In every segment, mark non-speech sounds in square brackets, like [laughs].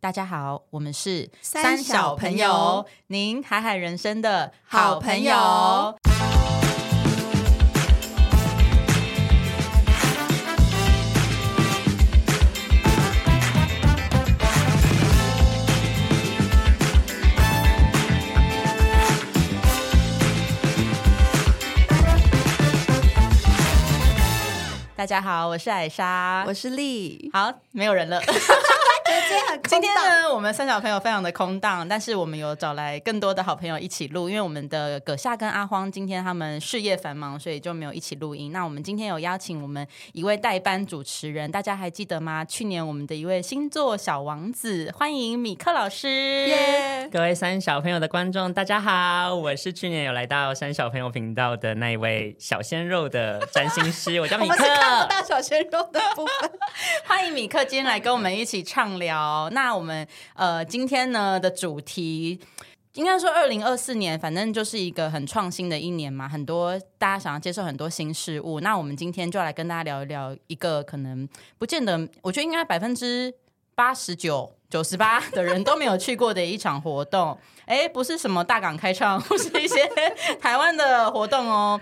大家好，我们是三小朋友友您海海人生的好朋友大家好，我是艾莎，我是丽，好，没有人 [laughs] 了。哎今天很今天呢，我们三小朋友非常的空荡，但是我们有找来更多的好朋友一起录，因为我们的葛夏跟阿荒今天他们事业繁忙，所以就没有一起录音。那我们今天有邀请我们一位代班主持人，大家还记得吗？去年我们的一位星座小王子，欢迎米克老师。耶， [laughs] 各位三小朋友的观众，大家好，我是去年有来到三小朋友频道的那一位小鲜肉的占星师，我叫我米们是看不克。到小鲜肉的部分， [laughs] 欢迎米克今天来跟我们一起畅聊。那我们呃今天呢的主题。应该说，二零二四年，反正就是一个很创新的一年嘛，很多大家想要接受很多新事物。那我们今天就来跟大家聊一聊一个可能不见得，我觉得应该百分之八十九、九十八 [laughs] 的人都没有去过的一场活动。哎，不是什么大港开唱， [laughs] 或是一些台湾的活动哦。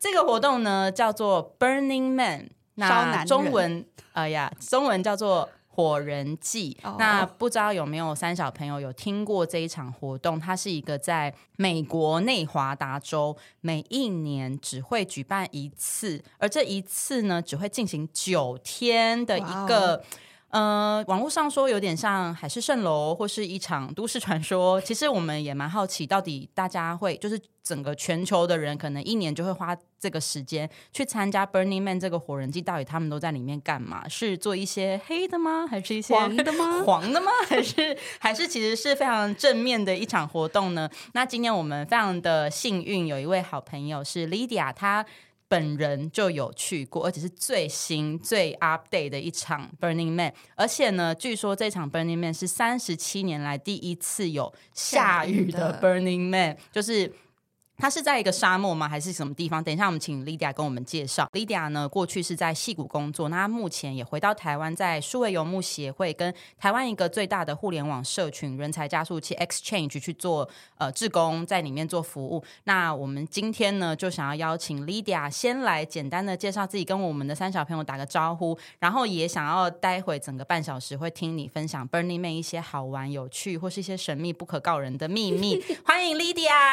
这个活动呢叫做 Burning Man，烧男那人中文哎呀，中文叫做。火人祭哦那不知道有没有三小朋友有听过这一场活动？它是一个在美国内华达州，每一年只会举办一次，而这一次呢，只会进行九天的一个呃，网络上说有点像海市蜃楼或是一场都市传说。其实我们也蛮好奇，到底大家会就是整个全球的人，可能一年就会花这个时间去参加 Burning Man 这个火人祭，到底他们都在里面干嘛？是做一些黑的吗？还是一些黄的吗黄的吗？ [laughs] 还是还是其实是非常正面的一场活动呢？那今天我们非常的幸运，有一位好朋友是 Lydia，她本人就有去过，而且是最新最 update 的一场 Burning Man。而且呢，据说这场 Burning Man 是三十七年来第一次有下雨的下雨的 Burning Man，就是。它是在一个沙漠吗？还是什么地方？等一下，我们请 Lydia 跟我们介绍。Lydia 呢，过去是在戏谷工作，那她目前也回到台湾，在数位游牧协会跟台湾一个最大的互联网社群人才加速器 Exchange 去做呃志工，在里面做服务。那我们今天呢，就想要邀请 Lydia 先来简单的介绍自己，跟我们的三小朋友打个招呼，然后也想要待会整个半小时会听你分享 Burning Man 一些好玩、有趣或是一些神秘、不可告人的秘密。 [laughs] 欢迎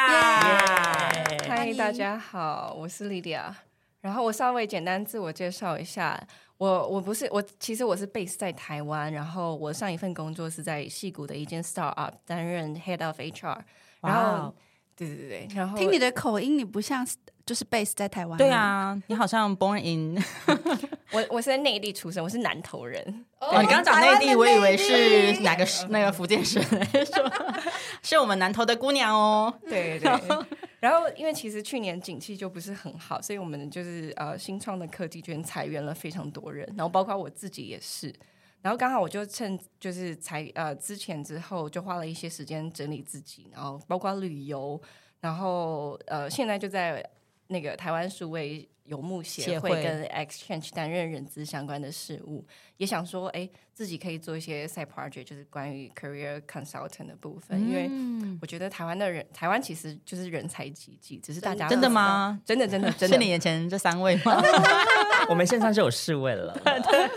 Lydia。欢嗨，迎大家好，我是 Lydia。然后我稍微简单自我介绍一下，我我不是我，其实我是 base 在台湾，然后我上一份工作是在戏谷的一间 startup 担任 head of HR。然哇哦后，对对对，然后听你的口音，你不像就是 base 在嗯台湾，对，啊，你好像 born in，我我是在内地出生，我是南投人。哦，你刚刚讲内地，台湾的我以为内地是哪个那个福建省，是 [laughs] 吗？是我们南投的姑娘哦。对对。 [laughs] 然后，因为其实去年景气就不是很好，所以我们就是呃新创的科技圈裁员了非常多人，然后包括我自己也是。然后刚好我就趁就是裁呃之前之后，就花了一些时间整理自己，然后包括旅游，然后呃现在就在那个台湾数位游牧协协会会跟 Exchange 担任人资相关的事务，也想说哎自己可以做一些 side project，就是关于 career consultant 的部分，因为嗯我觉得台湾的人，台湾其实就是人才济济，只是大家真的吗？真的真 [laughs] 的真是你的，眼前这三位吗？我们线上就有试问了， [laughs]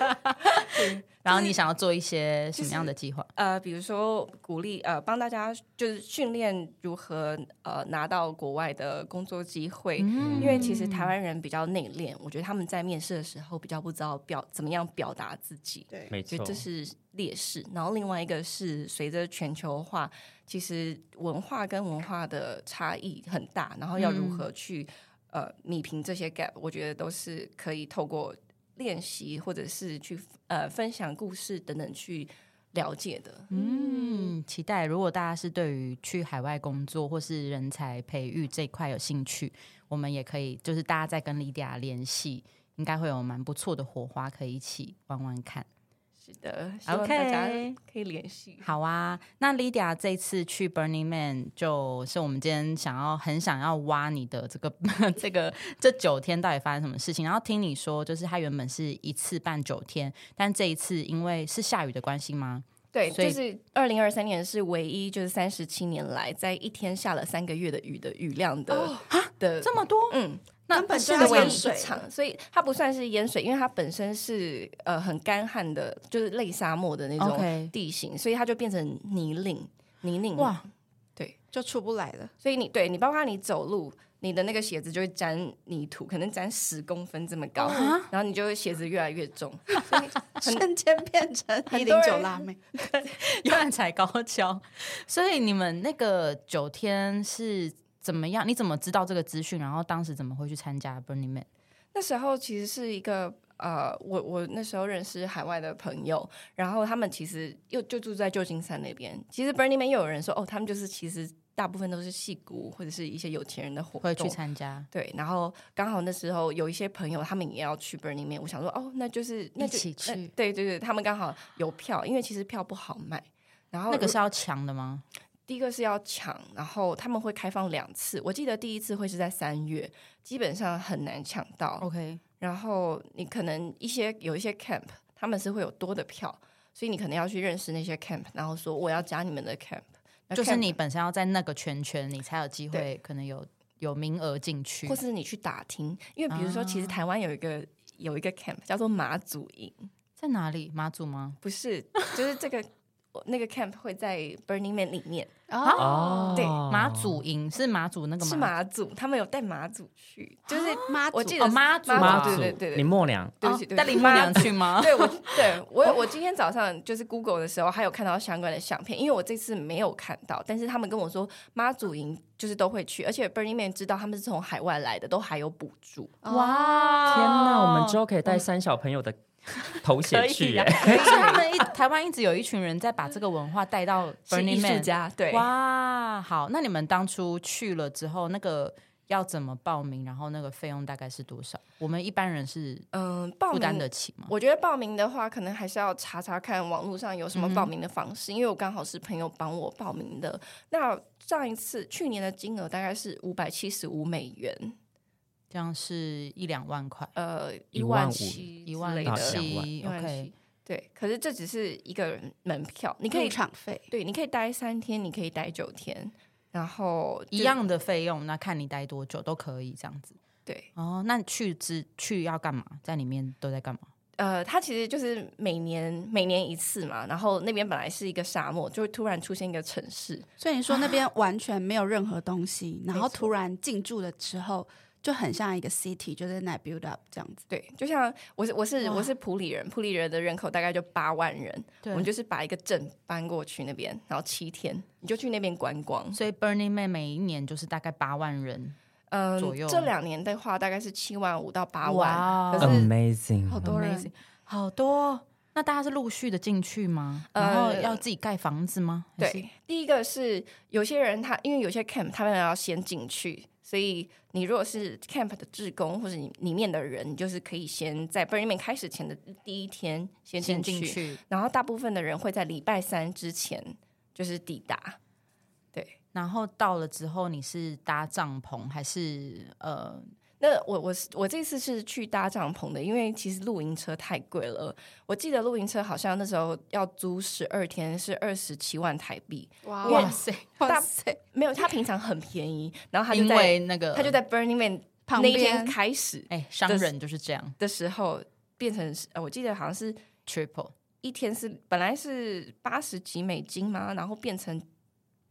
然后你想要做一些什么样的计划？呃，比如说鼓励呃，帮大家就是训练如何呃拿到国外的工作机会，嗯嗯因为其实台湾人比较内敛，我觉得他们在面试的时候比较不知道表怎么样表达自己，对没所错以，这是劣势。然后另外一个是随着全球化，其实文化跟文化的差异很大，然后要如嗯何去、呃弥平这些 gap，我觉得都是可以透过练习或者是去呃分享故事等等去了解的。嗯，期待。如果大家是对于去海外工作或是人才培育这一块有兴趣，我们也可以，就是大家在跟莉迪亚联系，应该会有蛮不错的火花，可以一起玩玩看。是的，希望大家可以联系。好啊，那 Lydia 这次去 Burning Man，就是我们今天想要很想要挖你的这个 [laughs] 这个这九天到底发生什么事情。然后听你说，就是他原本是一次办九天，但这一次因为是下雨的关系吗？对，所以就是二零二三年是唯一就是三十七年来在一天下了三个月的雨的雨量的、的哦这 [laughs] 么多，嗯，那根本是就的是的唯唯淹一一一水场，所以它不算是淹水，因为它本身是呃很干旱的，就是类沙漠的那种 OK 地形所以它就变成泥泞泥泞哇，就出不来了。所以你对你包括你走路，你的那个鞋子就会沾泥土，可能沾十公分这么高，啊然后你就会鞋子越来越重。瞬间变成一很多零人九辣妹，永远踩高跷。 [laughs] 所以你们那个九天是怎么样？你怎么知道这个资讯？然后当时怎么会去参加 Burning Man？那时候其实是一个呃，我我那时候认识海外的朋友，然后他们其实又就住在旧金山那边。其实 Burning Man 又有人说哦，他们就是其实大部分都是戏骨或者是一些有钱人的活会去动。参加？对，然后刚好那时候有一些朋友，他们也要去 Burning Man，我想说，哦，那就是那就一起那去对对对，他们刚好有票，因为其实票不好卖。然后那个如是要抢的吗？第一个是要抢，然后他们会开放两次，我记得第一次会是在三月，基本上很难抢到。 OK，然后你可能一些有一些 camp，他们是会有多的票，所以你可能要去认识那些 camp，然后说我要加你们的 camp，那就是 camp 你本身要在那个圈圈，你才有机会对可能有有名额进去或。是你去打听，因为比如说，啊其实台湾有一个、有一个 camp 叫做马祖营，在哪里？马祖吗？不是，就是这个那个 camp 会在 Burning Man 里面，哦，对马祖营是马祖那个是吗？马祖，他们有带马祖去，就是妈祖，我记得哦妈祖祖，妈妈祖，对对对你对。默良对不哦起，对不起带林木妈良祖去吗？对 [laughs] 我，对我，我今天早上就是 Google 的时候，还有看到相关的相片，因为我这次没有看到，但是他们跟我说妈祖营就是都会去，而且 Burning Man 知道他们是从海外来的，都还有补助。哇！天哪，我们之后可以带三小朋友的头可衔去以啊！哎耶，所以他们一台湾一直有一群人在把这个文化带到 Burning 艺术 Man 家，对，哇，好，那你们当初去了之后，那个要怎么报名？然后那个费用大概是多少？我们一般人是嗯，报负担名得起吗？我觉得报名的话，可能还是要查查看网络上有嗯什么报名的方式，因为我刚好是朋友帮我报名的。那上一次去年的金额大概是五百七十五美元，这样是一两万块，呃，一万万五七，一万类到的，两万七一万，OK 七。对，可是这只是一个门票，你你可以，场费，对，你可以待三天，你可以待九天，然后就一样的费用，那看你待多久都可以这样子。对。哦，那你去之去要干嘛？在里面都在干嘛？呃，它其实就是每年每年一次嘛，然后那边本来是一个沙漠，就会突然出现一个城市，所以你说那边完全没有任何东西，然后没错突然进驻了之后，就很像一个 city，就是那 build up 这样子。对，就像我是我是哇我是普里人，普里人的人口大概就八万人，我对们就是把一个镇搬过去那边，然后七天你就去那边观光。所以 Burning Man 每一年就是大概八万人，嗯左右，这两年的话大概是七万五到八哇哦万，可是 Amazing，好多人 Amazing 好多。那大家是陆续的进去吗？呃然后要自己盖房子吗？还是对，第一个是有些人他因为有些 camp 他们要先进去，所以你如果是 camp 的志工或者你里面的人，你就是可以先在 Burning Man 开始前的第一天先先进进去，去，然后大部分的人会在礼拜三之前就是抵达。对，然后到了之后，你是搭帐篷还是呃？那我我是我这次是去搭帐篷的，因为其实露营车太贵了。我记得露营车好像那时候要租十二天是二十七万台币，哇哇塞！哇塞，没有，它平常很便宜，然后它就因在为那个它就在 Burning Man 旁那一天边开始哎，商人就是这样的时候变成是，呃我记得好像是 triple，一天是本来是八十几美金嘛，然后变成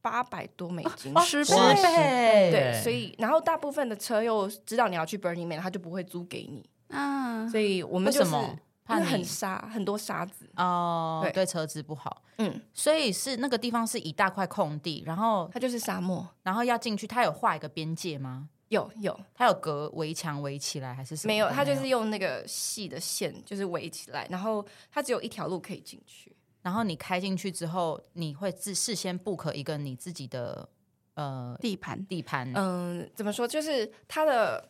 八百多美哦金。十哇倍，十倍对，所以然后大部分的车又知道你要去 Burning Man，他就不会租给你，嗯，所以我为们就是什么？因怕为你很沙，很多沙子。哦，对对车子不好，嗯，所以是那个地方是一大块空地，然后它就是沙漠。然后要进去，它有画一个边界吗？有有它有隔围墙围起来还是什么？没有？它就没是用那个细的线就是围起来，然后它只有一条路可以进去。然后你开进去之后，你会自事先 book 一个你自己的呃地盘地盘，嗯，怎么说？就是它的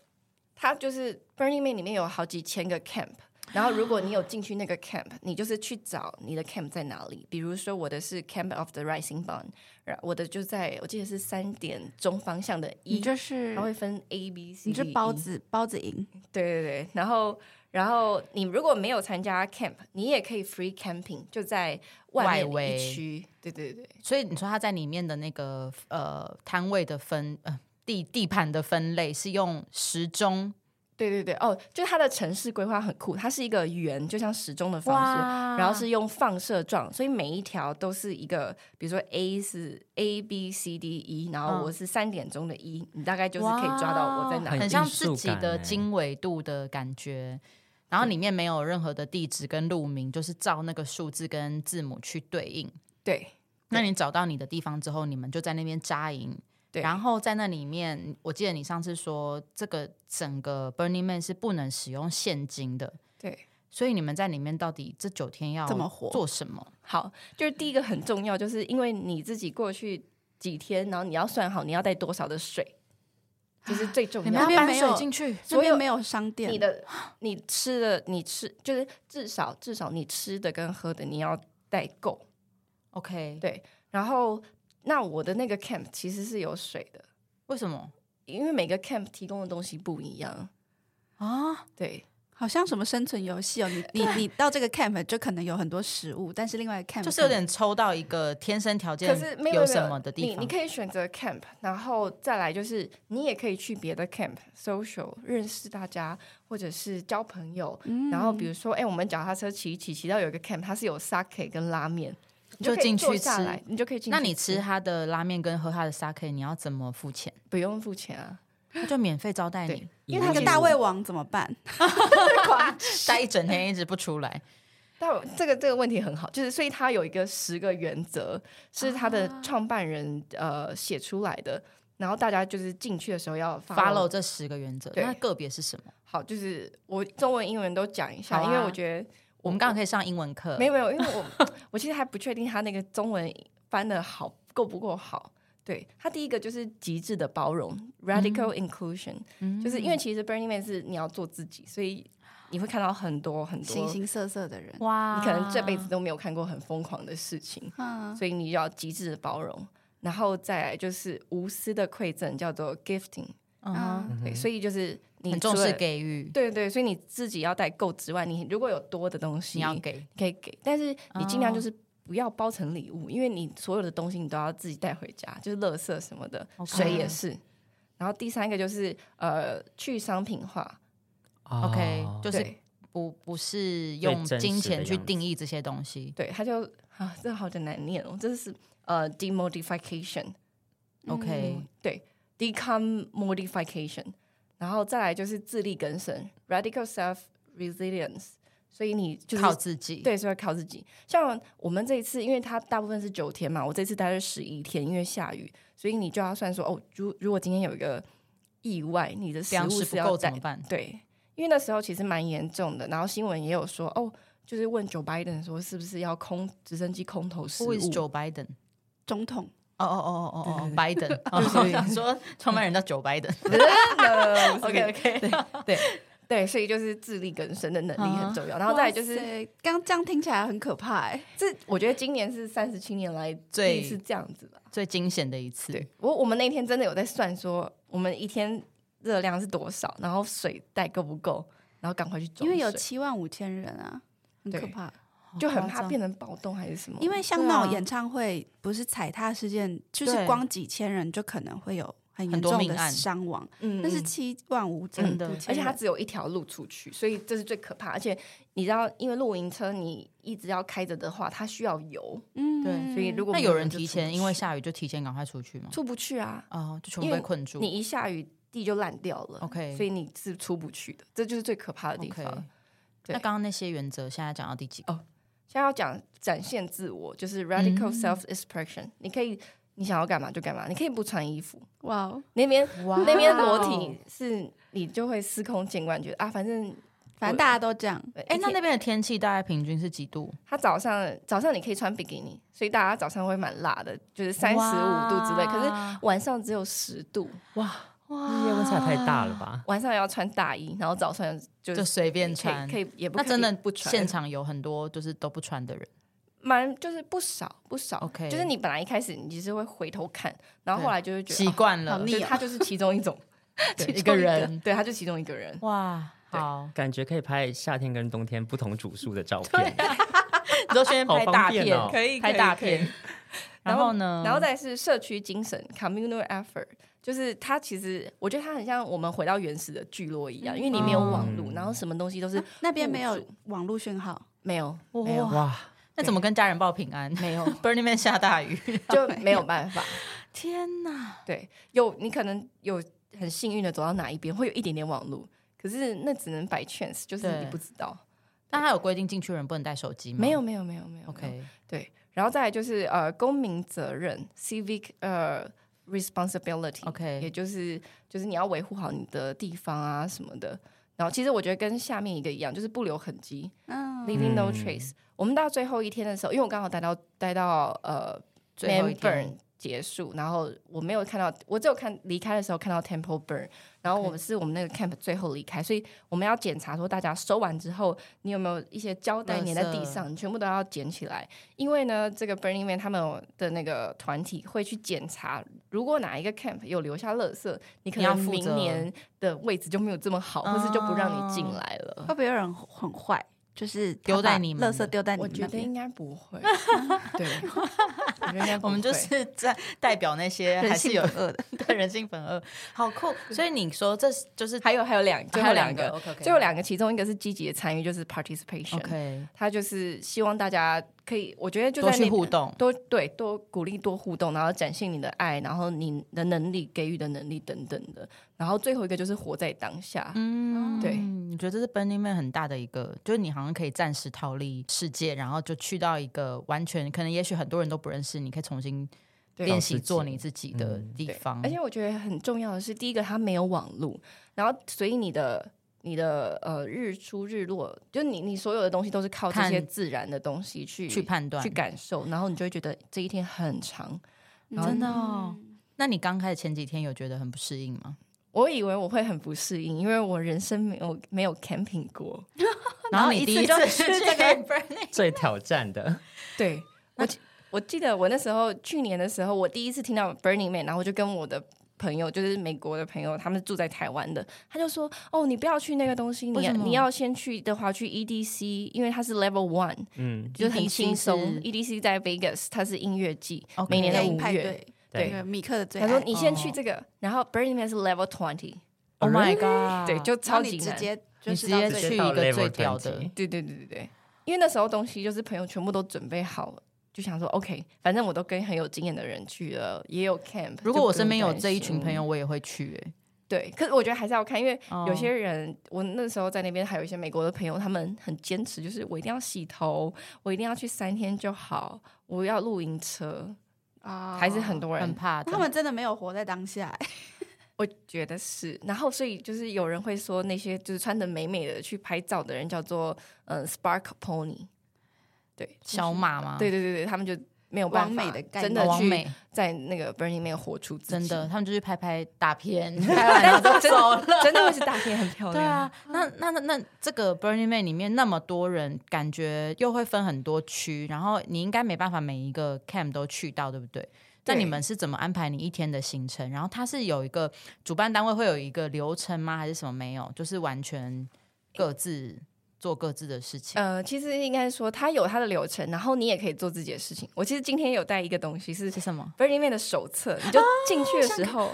它就是 Burning Man 里面有好几千个 camp。然后，如果你有进去那个 camp，你就是去找你的 camp 在哪里。比如说，我的是 Camp of the Rising Sun，然我的就在我记得是三点钟方向的你一，就是它会分 A、B、C、你 D、是 E 包子包子营，对对对，然后然后你如果没有参加 camp，你也可以 free camping，就在外面外的围一区。对对对，所以你说它在里面的那个呃摊位的分呃地地盘的分类是用时钟对对对，哦，就它的城市规划很酷，它是一个圆，就像时钟的方式，哇然后是用放射状，所以每一条都是一个，比如说 A 是 A B C D E，然后嗯我是三点钟的 E，、你大概就是可以抓到我在哪哇里很像自己很艺术感的欸经纬度的感觉。然后里面没有任何的地址跟路名，就是照那个数字跟字母去对应。对那你找到你的地方之后，你们就在那边扎营。对然后在那里面，我记得你上次说，这个整个 Burning Man 是不能使用现金的，对。所以你们在里面到底这九天要怎么活做什么？好，就是第一个很重要，就是因为你自己过去几天，然后你要算好你要带多少的水，这是最重你要们的。要那边搬没水有进去，这所有边没有商店，你的你吃的，你吃就是至少至少你吃的跟喝的你要带够。 OK，对然后，那我的那个 camp 其实是有水的，为什么因为每个 camp 提供的东西不一样。啊？对好像什么生存游戏哦，你你你到这个 camp 就可能有很多食物，但是另外一个 camp 就是有点抽到一个天生条件，可是没有没什么的地你方你可以选择 camp，然后再来就是你也可以去别的 camp social 认识大家，或者是交朋友。嗯然后比如说，哎、我们脚踏车骑一骑骑到有一个 camp，它是有 sake 跟拉面，你就可以进去坐下吃来，你就可以进去。那你吃他的拉面跟喝他的 sake，你要怎么付钱？不用付钱啊？他就免费招待你对，因为它那个其实大胃王怎么办？待一整天一直不出来。 [laughs] 但我这个这个问题很好，就是所以它有一个十个原则是它啊的创办人、呃写出来的，然后大家就是进去的时候要 follow 这十个原则，对那个别是什么？好，就是我中文、英文都讲一下，好啊因为我觉得我们刚刚可以上英文课，没有没有，因为我我其实还不确定他那个中文翻的好够不够好。对他第一个就是极致的包容 （radical 嗯 inclusion），、就是因为其实 Burning Man 是你要做自己，所以你会看到很多很多形形色色的人，哇你可能这啊辈子都没有看过很疯狂的事情，嗯，所以你要极致的包容，然后再来就是无私的馈赠，叫做 gifting、嗯哼对，所以就是你很重除视了给予，对对，所以你自己要带够之外，你如果有多的东西，你要给哦可以给，但是你尽量就是不要包成礼物，因为你所有的东西你都要自己带回家，就是垃圾什么的 OK 水也是。然后第三个就是呃，去商品化， OK，哦就是对不不是用最真实的金钱去样子定义这些东西。对，他就啊，这好难念哦，这是呃 demodification，嗯 OK，对，decom modification，然后再来就是自力更生 radical self resilience，所以你就是靠自己。对，是要靠自己。像我们这一次，因为它大部分是九天嘛，我这次待了十一天，因为下雨，所以你就要算说，哦，如如果今天有一个意外，你的食粮物食是不要够怎带么办？对，因为那时候其实蛮严重的，然后新闻也有说，哦，就是问 Joe Biden 说是不是要空直升机空投食物 Who is Joe Biden？总统哦哦哦哦哦哦，Biden。哦我 [laughs] [laughs] 想说创办人叫 Joe Biden。 [laughs] 真 [laughs] 的 OK OK，对 [laughs] 对，所以就是自力更生的能力很啊重要，然后再来就是哇塞，刚这样听起来很可怕哎，这，我觉得今年是三十七年来第最一次这样子吧。最惊险的一次。对我，我们那天真的有在算说，我们一天热量是多少，然后水带够不够，然后赶快去装因为有水七万五千人啊，很可对怕。好就很夸怕张变成暴动还是什么。因为像对那啊种演唱会，不是踩踏事件，就是对光几千人就可能会有很很严多重命的案伤亡，嗯但是嗯七万五真真的的，而且它只有一条路出去，所以这是最可怕。而且你知道，因为露营车你一直要开着的话，它需要油，嗯对所以如果那没有人就提出不前因为去下雨就提前赶快出去吗？出不去啊，哦，就全部因为被困住你。一下雨地就烂掉了 OK 所以你是出不去的，这就是最可怕的地 OK 方。。对那刚刚那些原则，现在讲到第几个？现在要讲展现自我，就是 radical 嗯 self expression，、你可以你想要干嘛就干嘛，你可以不穿衣服，哇哦，那边哇哦那边裸体是你就会司空见惯，觉得啊，反正反正大家都这样，哎、哎那那边的天气大概平均是几度？他早上早上你可以穿比基尼，所以大家早上会蛮辣的，就是三十五度之类，可是是晚上只有十度，哇夜温差也太大了吧？晚上要穿大衣，然后早上就就随便可以穿。可以也不那可以真的不穿，现场有很多就是都不穿的人。蛮就是不少不少 OK 就是你本来一开始你其实会回头看，然后后来就会觉得习惯了哦好腻 [laughs] 就是他就是其中一种对其一中个人对，他就其中一个人。哇，好，感觉可以拍夏天跟冬天不同主数的照片。你说先好拍方大便片，哦可以拍可以大可以片， [laughs] 然后呢，然后再是社区精神 （communal effort），就是它其实我觉得它很像我们回到原始的聚落一样，因为你没有网络，嗯然后什么东西都啊是那边没户有主网络讯号，没有哇没有哇，那怎么跟家人报平安没有？Burning Man 下大雨，就没有办法。天哪！对，有你可能有很幸运的走到哪一边，会有一点点网络，可是那只能摆 chance，就是你对不知道。但他有规定进去人不能带手机吗？没有没有没有没有没有，OK，对，然后再来就是呃公民责任 （civic 呃 responsibility）。 OK 也就是就是你要维护好你的地方啊什么的。然后其实我觉得跟下面一个一样，就是不留痕迹嗯， （leaving no 嗯 trace）。我们到最后一天的时候，因为我刚好待到待到呃最后 Man 一天 Burn 结束，然后我没有看到，我只有看离开的时候看到 Temple Burn，然后我们是我们那个 camp 最后离开，所以我们要检查说大家收完之后，你有没有一些胶带垃圾粘在地上，你全部都要捡起来，因为呢，这个 Burning Man 他们有的那个团体会去检查，如果哪一个 camp 有留下垃圾，你可你要能负责明年的位置就没有这么好，啊或是就不让你进来了。会不会有人很坏，就是丢在你们垃圾丢在你我们觉那得边？应该不 [laughs] 会，对，我觉得应该不我们就会是在代表那些还人是性有本恶的， [laughs] 对人性本恶，好 [laughs] 酷。所以你说这是就是还有还有两最还后有两两个个，OK，OK 最后两个，其中一个是积极的参与，就是 participation。 OK，他就是希望大家可以，我觉得就在多去那互动。多对多鼓励多互动，然后展现你的爱，然后你的能力给予的能力等等的。然后最后一个就是活在当下，嗯对你觉得这是 Burning Man 很大的一个，就是你好像可以暂时逃离世界，然后就去到一个完全可能，也许很多人都不认识，你可以重新对练习找自己做你自己的嗯地对方。而且我觉得很重要的是，第一个它没有网路，然后所以你的。你的呃日出日落，就你你所有的东西都是靠这些看自然的东西去去判断去，感受，然后你就会觉得这一天很长，然后真的哦那你刚开始前几天有觉得很不适应吗？我以为我会很不适应，因为我人生没有没有 camping 过。然后一你第次就次去去 [laughs] 这个 Burning，最挑战的，对我记，我记得我那时候去年的时候，我第一次听到 Burning Man，然后我就跟我的朋友，就是美国的朋友，他们住在台湾的，他就说：“哦，你不要去那个东西，为你什么你要先去的话去 EDC，因为它是 Level One，嗯，就是很轻松。 EDC EDC 在 Vegas，它是音乐季 OK 每年夜的鹰五派月。对，对那个米克的最爱。他说：“你先去哦这个，然后 Burning Man 是 Level Twenty， Oh my Really？ god！对，就然超后级你直难。”接就你是直到接最去一到个 level 最屌的20对对对对对，因为那时候东西就是朋友全部都准备好了，就想说 OK，反正我都跟很有经验的人去了，也有 camp。如果我身边有这一群朋友，就我也会去、欸。不用担心，对，可是我觉得还是要看，因为哦有些人，我那时候在那边还有一些美国的朋友，他们很坚持，就是我一定要洗头，我一定要去三天就好，我要露营车，啊还是很。多哦哦人很怕他的们真的没有活在当下，哎我觉得是，然后所以就是有人会说那些就是穿的美美的去拍照的人叫做嗯 spark pony，对，小马吗？对对对对，他们就没有办法完美的概念真啊哦，的王去美在那个 Burning Man 活出自真己，的，他们就是拍拍大 [laughs] 片，但是真的 [laughs] 真的会是大片很漂亮，对啊， [laughs] 那那那那这个 Burning Man 里面那么多人，感觉又会分很多区，然后你应该没办法每一个 camp 都去到，对不对？那对你们是怎么安排你一天的行程？然后它是有一个主办单位会有一个流程吗？还是什么没有？就是完全各自做各自的事情。呃，其实应该说它有它的流程，然后你也可以做自己的事情。我其实今天有带一个东西是是什么？ Burning Man 的手册，你就进去的时 [laughs] 候，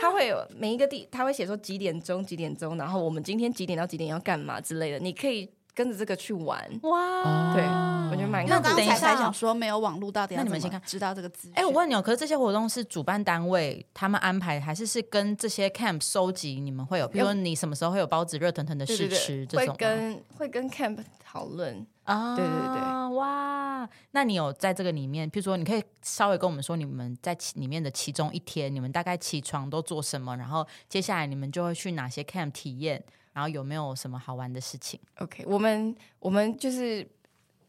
它会有每一个地，它会写说几点钟几点钟，然后我们今天几点到几点要干嘛之类的，你可以跟着这个去玩。哇对，我觉得蛮因为那我刚等一才才下想说没有网络到底要那你怎们么先看知道这个资讯？哎、我问你哦，可是这些活动是主办单位他们安排，还是是跟这些 camp 收集？你们会有，比如说你什么时候会有包子热腾腾的对试对对吃，会这种吗跟会跟 camp 讨论，啊对对对，哇！那你有在这个里面，譬如说，你可以稍微跟我们说，你们在其里面的其中一天，你们大概起床都做什么，然后接下来你们就会去哪些 camp 体验，然后有没有什么好玩的事情？ OK，我们我们就是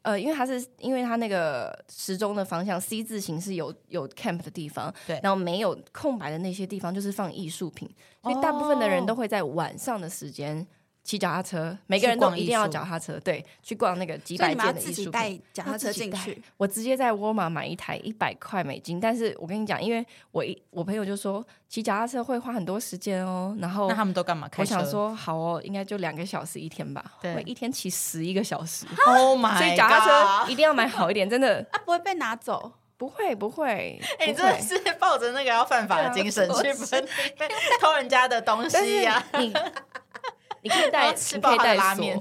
呃，因为它是因为它那个时钟的方向 C 字形是有有 camp 的地方，对然后没有空白的那些地方就是放艺术品，所以大部分的人哦都会在晚上的时间骑脚踏车，每个人去都逛一定要艺术脚踏车，对，去逛那个几所以百你们要件的自艺己术带品。脚踏车要自己进带 [laughs] 去，我直接在沃尔玛买一台一百块美金，但是我跟你讲，因为我一我朋友就说骑脚踏车会花很多时间哦，然后那他们都干嘛？开我车想说好哦，应该就两个小时一天吧，对我一天骑十一个小时， ，Oh my，所以脚踏 God 车一定要买好一点，真的啊，不会被拿走。不会不会，哎、你不真的会是抱着那个要犯法的精 [laughs] 神去分偷人家的东但是西呀、你你可以带，然后 [laughs] 吃你爆可以他的带拉锁面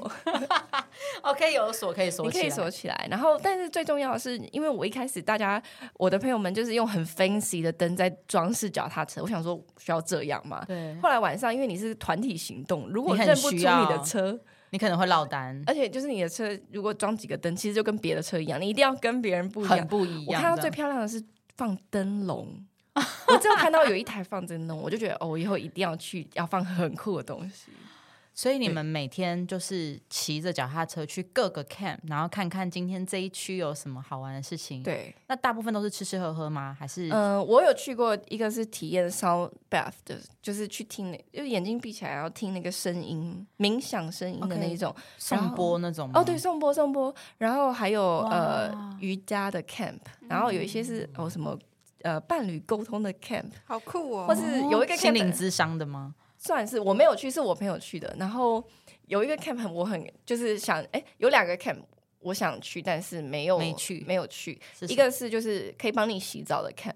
哦，可以有锁，可以锁你起可来，以锁起来。然后，但是最重要的是，因为我一开始大家我的朋友们就是用很 fancy 的灯在装饰脚踏车，我想说需要这样吗？对，后来晚上，因为你是团体行动，如果你很认不出需你要的车，你可能会落单，而且就是你的车如果装几个灯，其实就跟别的车一样，你一定要跟别人不一很样。不一我样。看到最这样漂亮的是放灯笼， [laughs] 我只有看到有一台放灯笼，我就觉得哦，我以后一定要去，要放很酷的东西。所以你们每天就是骑着脚踏车去各个 camp，然后看看今天这一区有什么好玩的事情。，对，那大部分都是吃吃喝喝吗？还嗯是、嗯，我有去过，一个是体验 sound bath 的，就是去听那，就是眼睛闭起来，然后听那个声音，冥想声音的 OK 那一种。送波那种吗？哦，对，颂钵颂钵，然后还有哇呃瑜伽的 camp，然后有一些是嗯哦什么呃伴侣沟通的 camp，好酷哦！或是有一个 camp 心灵咨商的吗？算是我没有去，是我朋友去的。然后有一个 camp 很我很就是想，哎，有两个 camp 我想去，但是没有没去没有去。是一个是就是可以帮你洗澡 [laughs] 的 camp，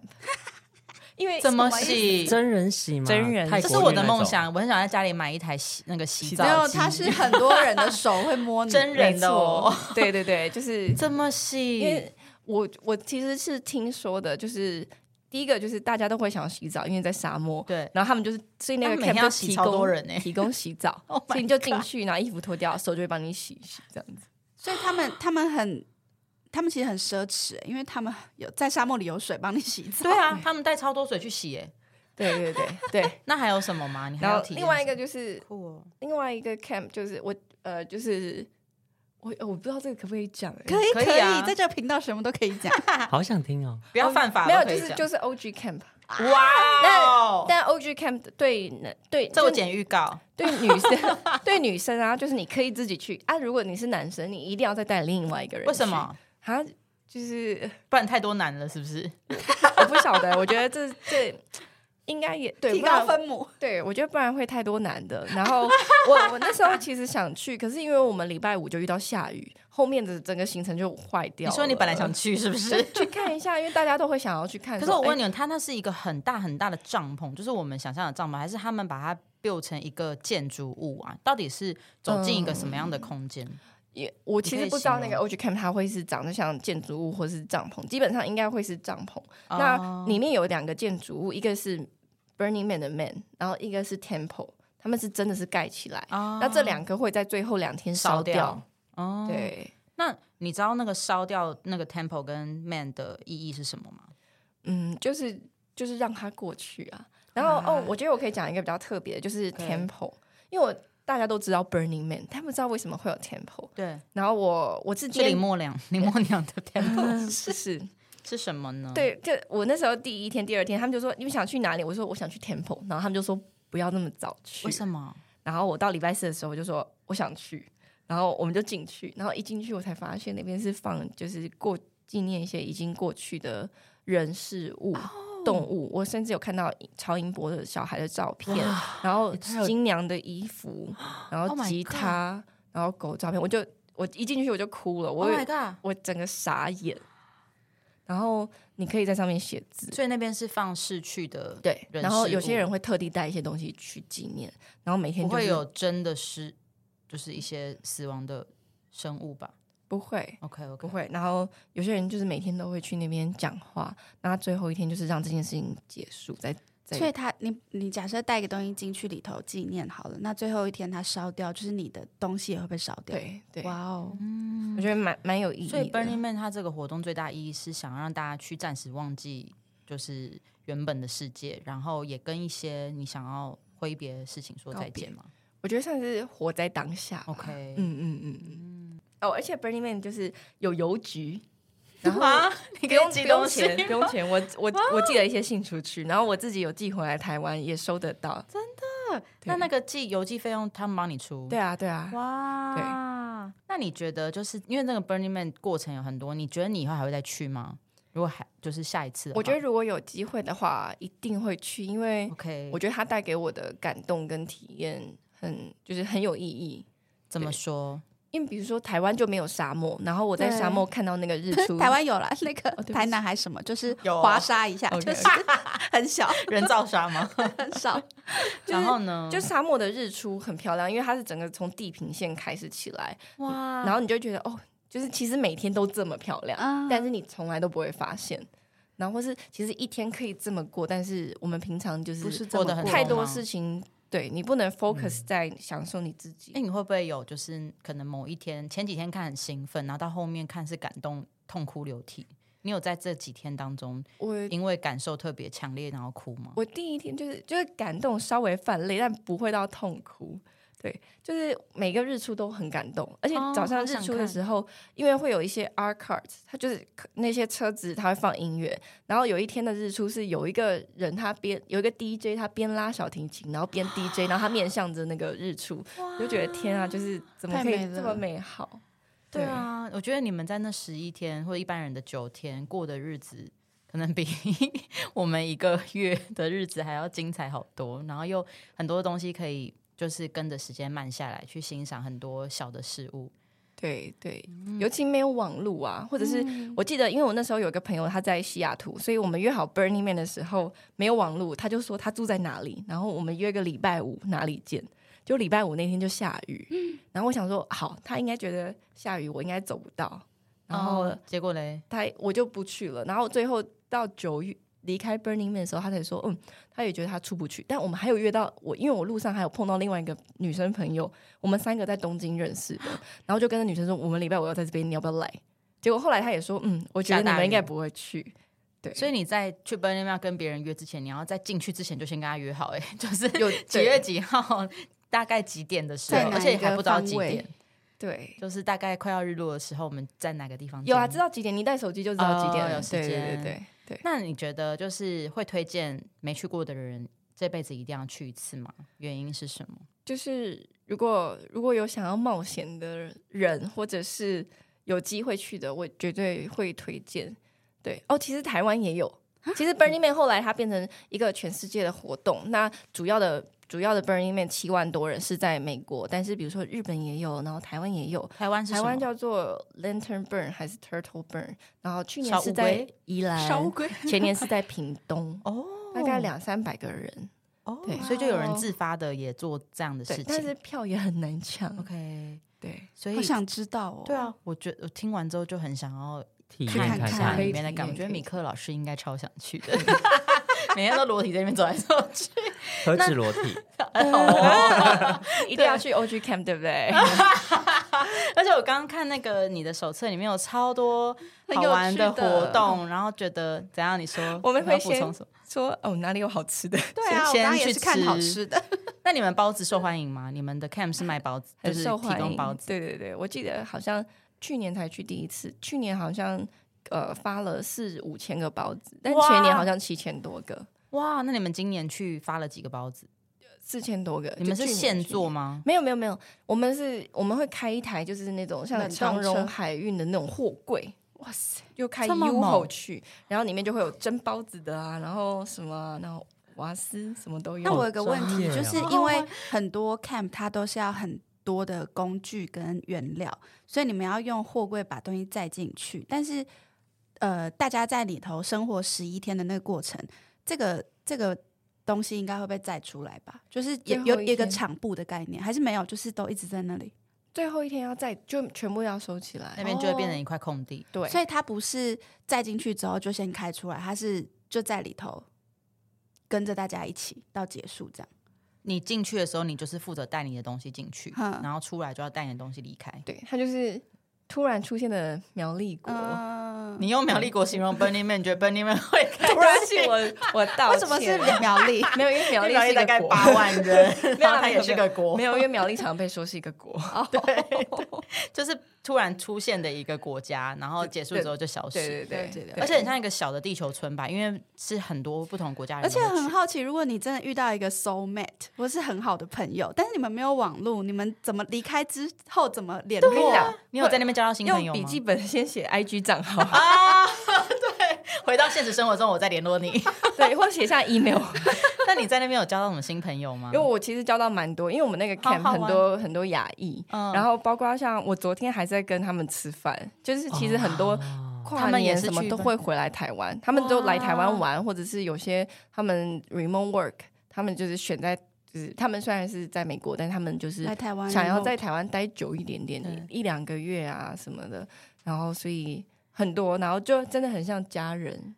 因为怎么什么意思洗？真人洗吗？真人泰这国是我浴那的种梦。想，我很想在家里买一台洗那个洗没澡有，机，他是很多人的手会摸 [laughs] 你，真人的哦没。错， [laughs] 对对对，就是这么因细为我我其实是听说的，就是第一个就是大家都会想要洗澡，因为在沙漠，对然后他们就是所以那他个们每天 camp 要就洗提超多供人欸提供洗澡 [laughs] ，Oh my 所以你就进去，然后衣服脱掉，手就会帮你洗一洗这样子。所以他们他们很，他们其实很奢侈，因为他们有在沙漠里有水帮你洗澡。对嗯啊，他们带超多水去洗耶。对对 [laughs] 对对，那还有什么吗？你还然要后提另外一个就是酷哦，另外一个 camp 就是我呃就是我呃我不知道这个可不可以讲、欸， [laughs] 可以可可以啊在这个频道什么都可以讲。好想听哦！不要犯法，没有都可以就是讲就是 OG camp，哇哦，但 OG camp 对男对这我就剪预告，对女生，对女生啊，就是你可以自己去啊。如果你是男生，你一定要再带另外一个人去。为什么？啊？就是 [laughs] 不然太多男了，是不是？我不晓得，我觉得这这应该也对， [laughs] 提不然高分母，对，我觉得不然会太多男的。然后我我那时候其实想去，可是因为我们礼拜五就遇到下雨，后面的整个行程就坏你掉了。说你本来想去是不哎是？去看一下，因为大家都会想要去 [laughs] 看。哎可是我问你你，们，他那是一个很大很大的帐篷，就是我们想象的帐篷，还是他们把它 build 成一个建筑物啊？到底是走进一个什么样的空间？也我其你可实以不知道那形个 OG Camp 它会是长得像建筑物或是帐篷，基本上应该会是帐篷。那哦里面有两个建筑物，一个是 Burning Man 的 Man，然后一个是 Temple，他们是真的是盖起来。哦那这两个会在最后两天烧烧掉掉。哦，对，那你知道那个烧掉那个 temple 跟 man 的意义是什么吗？嗯，就是就是让它过去啊。然后哦，我觉得我可以讲一个比较特别的，就是 Temple，因为我大家都知道 Burning Man，他们不知道为什么会有 Temple。对，然后我我是是今林天默娘，林默 [laughs] 娘的 temple 是是是什么呢？，对，就我那时候第一天、第二天，他们就说你们想去哪里？我说我想去 Temple，然后他们就说不要那么早去为。什么？然后我到礼拜四的时候，我就说我想去，然后我们就进去，然后一进去我才发现那边是放就是过纪念一些已经过去的人事物。哦动物，我甚至有看到曹银博的小孩的照片，然后新娘的衣服，然 Oh 后 my 吉 God 他，然后狗照片，我就我一进去我就哭了，我 oh 有 my god！我整个傻眼。然后你可以在上面写字，所以那边是放逝去的，对，人然后事有些物人会特地带一些东西去纪念，然后每天不就会是有真的是就是一些死亡的生物吧不会？OK OK，不会。然后有些人就是每天都会去那边讲话，然后最后一天就是让这件事情结束，再再所以他你你假设带一个东西进去里头纪念好了，那最后一天它烧掉，就是你的东西也会被烧掉。，对对，哇哦，我觉得蛮蛮有意义所以的 Burning。Man 它这个活动最大意义是想让大家去暂时忘记，就是原本的世界，然后也跟一些你想要挥别的事情说再见嘛。我觉得算是活在当下吧。 OK 嗯嗯嗯嗯。哦，而且 Burning Man 就是有 [laughs] 邮局，然后啊，你不给我用寄不东用西，啊钱，不用钱。我我我寄了一些信出去，然后我自己有寄回来台湾，也收得到。真那那个寄邮寄费用他们帮你出？对啊，对啊，哇，那你觉得就是因为那个 Burning Man 过程有很多，你觉得你以后还会再去吗？如果还就是下一次的话，我觉得如果有机会的话，一定会去，因为 OK，我觉得它带给我的感动跟体验很就是很有意义。怎么 [laughs] 说？因为比如说台湾就没有沙漠，然后我在对沙漠看到那个日 [laughs] [laughs] 出，台湾有啦，那个对不起台南还什么，就是有滑沙一下， OK，就是很小嗯人造沙吗？很少。 [laughs] 然后呢？就沙漠的日出很漂亮，因为它是整个从地平线开始起来，哇，然后你就觉得哦，就是其实每天都这么漂亮，啊但是你从来都不会发现。然后或是其实一天可以这么过，但是我们平常就是不是这过得么很过太匆多忙事情，对你不能 focus 在享受你自己。哎、你会不会有就是可能某一天前几天看很兴奋，然后到后面看是感动痛哭流涕？你有在这几天当中我因为感受特别强烈然后哭吗？我第一天就是就是感动，稍微泛泪，但不会到痛哭。对，就是每个日出都很感动，而且哦早上好日想出的看时候，因为会有一些 R cards，它就是那些车子它会放音乐，然后有一天的日出是有一个人他边有一个 DJ 他边拉小提琴，然后边 DJ，然后他面向着那个日出，我就觉得天啊，就是怎么太可以美这了么美好？对啊，我觉得你们在那十一天或一般人的九天过的日子，可能比 [laughs] 我们一个月的日子还要精彩好多，然后又很多东西可以就是跟着时间慢下来，去欣赏很多小的事物。对对，尤其没有网络啊，或者是我记得，因为我那时候有一个朋友他在西雅图，所以我们约好 Burning Man 的时候没有网络，他就说他住在哪里，然后我们约个礼拜五哪里见。就礼拜五那天就下雨，然后我想说好，他应该觉得下雨我应该走不到，然后哦结果嘞，他我就不去了。然后最后到九月离开 Burning Man 的时候，他才说，嗯，他也觉得他出不去。但我们还有约到我，因为我路上还有碰到另外一个女生朋友，我们三个在东京认识的，然后就跟那女生说，我们礼拜五要在这边，你要不要来？结果后来他也说，嗯，我觉下得你大雨们应该不会去，对所以你在去 Burning Man 跟别人约之前，你要在进去之前就先跟他约好、欸， [laughs] 哎，就是有几月几号，大概几点的时在候，哪而且一还个不知道方几位点，对。就是大概快要日落的时候，我们在哪个地方见面？有啊，知道几点？你带手机就知道几点哦了。有时对对对间对对，那你觉得就是会推荐没去过的人这辈子一定要去一次吗？原因是什么？就是如果如果有想要冒险的人，或者是有机会去的，我绝对会推荐。对哦，其实台湾也有。[laughs] 嗯其实 Burning Man 后来它变成一个全世界的活动，那主要的主要的 Burning Man 七万多人是在美国，但是比如说日本也有，然后台湾也有，台湾是台什湾么？叫做 Lantern Burn 还是 Turtle Burn，然后去年烧是乌在龟宜兰，龟，前年是在屏东， [laughs] 哦，大概两三百个人，哦，对所以就有人自发的也做这样的事对，情。但是票也很难抢， OK，对。所以我想知道哦。对，啊，我觉得我听完之后就很想要体验看看看看可以里面的感觉。我体验觉得可以米克老师应该超想去 [laughs] 的，每天都裸体在那边走来走去。何止裸体， [laughs] 一定要去 OG Camp，对 [laughs] 不对？而且我刚刚看那个你的手册里面有超多很好有玩趣的的活动，然后觉得怎样？你说我们你要会补先充什么？说哦，哪里有好吃的？对啊，我先刚刚去也是看好吃吃的，那你们包子受欢迎吗？你们的 camp 是卖包子， [laughs] 就很是受提欢供迎。包子。对对对，我记得好像去年才去第一次，去年好像呃发了四五千个包子，但哇前年好像七千多个，哇，那你们今年去发了几个包子？四千多个。你们是就去年现做？去年吗？没有没有没有，我们是我们会开一台就是那种像冷冻长荣车海运的那种货柜，哇塞，就开这么 U 后猛去，然后里面就会有蒸包子的啊，然后什么啊，然后瓦斯什么都有。那我有个问题，专业就啊是因为很多 camp 它都是要很多的工具跟原料，所以你们要用货柜把东西载进去。但是，呃，大家在里头生活十一天的那个过程，这个这个东西应该会被载出来吧？就是最有后有一有一个天场布的概念，还是没有？就是都一直在那里，最后一天要再就全部要收起来那，边就会变哦成一块空地。对，所以它不是载进去之后就先开出来，它是就在里头跟着大家一起到结束这样。你进去的时候，你就是负责带你的东西进去，嗯然后出来就要带你的东西离开。对，它就是突然出现的苗栗国。 [laughs] 嗯， [laughs] 你用苗栗国形容 Burning Man，你觉得 Burning Man 会开突然心起我我道为歉，什么 [laughs] 是苗栗？没有？因为苗栗苗是栗一个大概国八，万人， [laughs] 没有然后它也是个国哦没，有，因为苗栗常被说是一个国。 [laughs] 对，就是突然出现的一个国家，然后结束之后就消对失，对对对对对对，而且很像一个小的地球村吧，因为是很多不同国家人而都会且去，很好奇，如果你真的遇到一个 soul mate 或是很好的朋友，但是你们没有网络，你们怎么离开之后怎么联我跟络啊你？讲你有在那边交到新朋用友吗？笔记本先写 IG 账号， [laughs] 啊，对，回到现实生活中，我再联络你。 [laughs] [laughs] 对，或写下 email。那你在那边有交到什么新朋友吗因为？我其实交到蛮多，因为我们那个好 camp 好玩很多很多亚裔，嗯然后包括像我昨天还在跟他们吃饭，就是其实很多他跨们也年是什么去都吧会回来台湾，他们都来台湾玩，或者是有些他们 remote work，他们就是选在就是他们虽然是在美国，但他们就是来台湾想要联络在台湾待久一点点对，一两个月啊什么的，然后所以很多，然后就真的很像家人。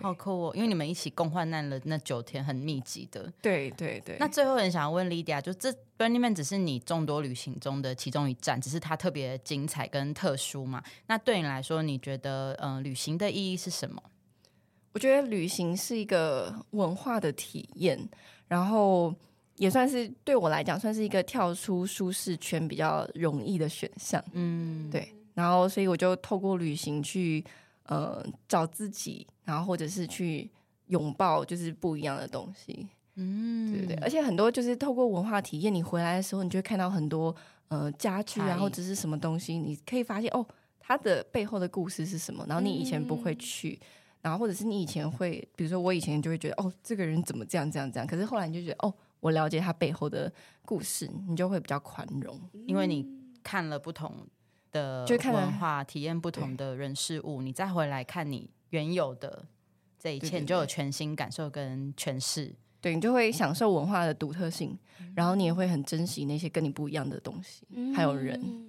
好酷哦，因为你们一起共患难了那九天，很密集的。对对对，那最后很想问 Lydia，就这 Burning Man 只是你众多旅行中的其中一站，只是它特别精彩跟特殊嘛？那对你来说，你觉得嗯、呃旅行的意义是什么？我觉得旅行是一个文化的体验，然后也算是对我来讲，算是一个跳出舒适圈比较容易的选项。嗯，对，然后所以我就透过旅行去呃找自己，然后或者是去拥抱就是不一样的东西，嗯对不对？而且很多就是透过文化体验，你回来的时候，你就会看到很多呃家具差啊，异或者是什么东西，你可以发现哦，它的背后的故事是什么，然后你以前不会去。然后，或者是你以前会，比如说我以前就会觉得，哦，这个人怎么这样这样这样，可是后来你就觉得，哦，我了解他背后的故事，你就会比较宽容。因为你看了不同的嗯就看了文化，体验不同的人事物，你再回来看你原有的这一对切，对你就有对全新感受跟诠释。对你就会享受文化的独特性，然后你也会很珍惜那些跟你不一样的东西，嗯还有人。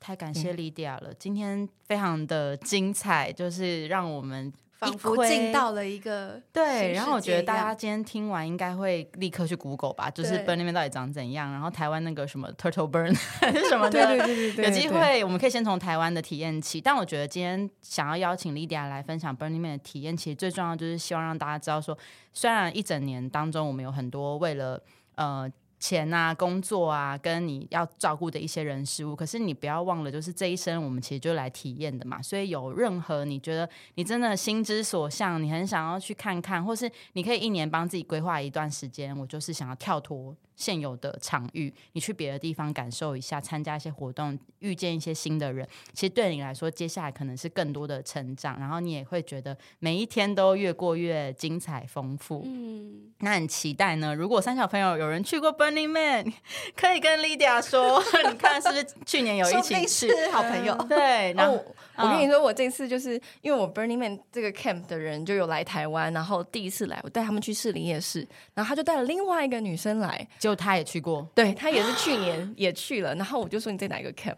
太感嗯谢 Lydia 了，今天非常的精彩，就是让我们仿佛一窥进到了一个对，然后我觉得大家家今天听完应该会立刻去 Google 吧，就是对 Burn 那边到底长怎样，然后台湾那个什么 Turtle Burn 还是什么的，对有机会我们可以先从台湾的体验起，但我觉得今天想要邀请 Lydia 来分享 Burning Man 的体验，其实最重要就是希望让大家知道说，虽然一整年当中我们有很多为了呃钱啊、工作啊，跟你要照顾的一些人事物，可是你不要忘了，就是这一生我们其实就来体验的嘛。所以有任何你觉得你真的心之所向，你很想要去看看，或是你可以一年帮自己规划一段时间，我就是想要跳脱现有的场域，你去别的地方感受一下，参加一些活动，遇见一些新的人。其实对你来说，接下来可能是更多的成长，然后你也会觉得每一天都越过越精彩丰富。嗯，那很期待呢。如果三小朋友有人去过 Burning Man，可 [laughs] 以跟 Lydia 说， [laughs] 你看是不是去年有说一不定起去？嗯是好朋友，哦对，然然后、嗯后哦我跟你说，我这次就是因为我 Burning Man 这个 camp 的人就有来台湾，然后第一次来，我带他们去士林夜市，然后他就带了另外一个女生来，就他也去过，对她也是去年 [gasps] 也去了，然后我就说你在哪个 camp？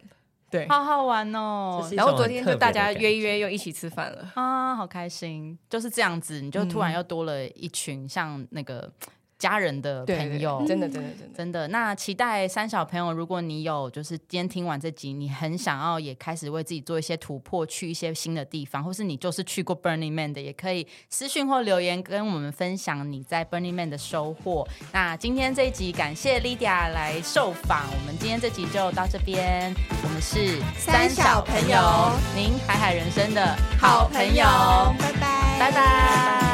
对，好好玩哦这是一种然后昨天就大家很特别的感觉约一约又一起吃饭了。啊，好开心！就是这样子，你就突然嗯又多了一群像那个家人的对对朋友，真的真的真的，真的，那期待三小朋友，如果你有就是今天听完这集，你很想要也开始为自己做一些突破，去一些新的地方，或是你就是去过 Burning Man 的，也可以私讯或留言跟我们分享你在 Burning Man 的收获。那今天这一集感谢 Lydia 来受访，我们今天这集就到这边，我们是三小朋友您海海人生的好好朋朋友友，，拜拜，拜拜。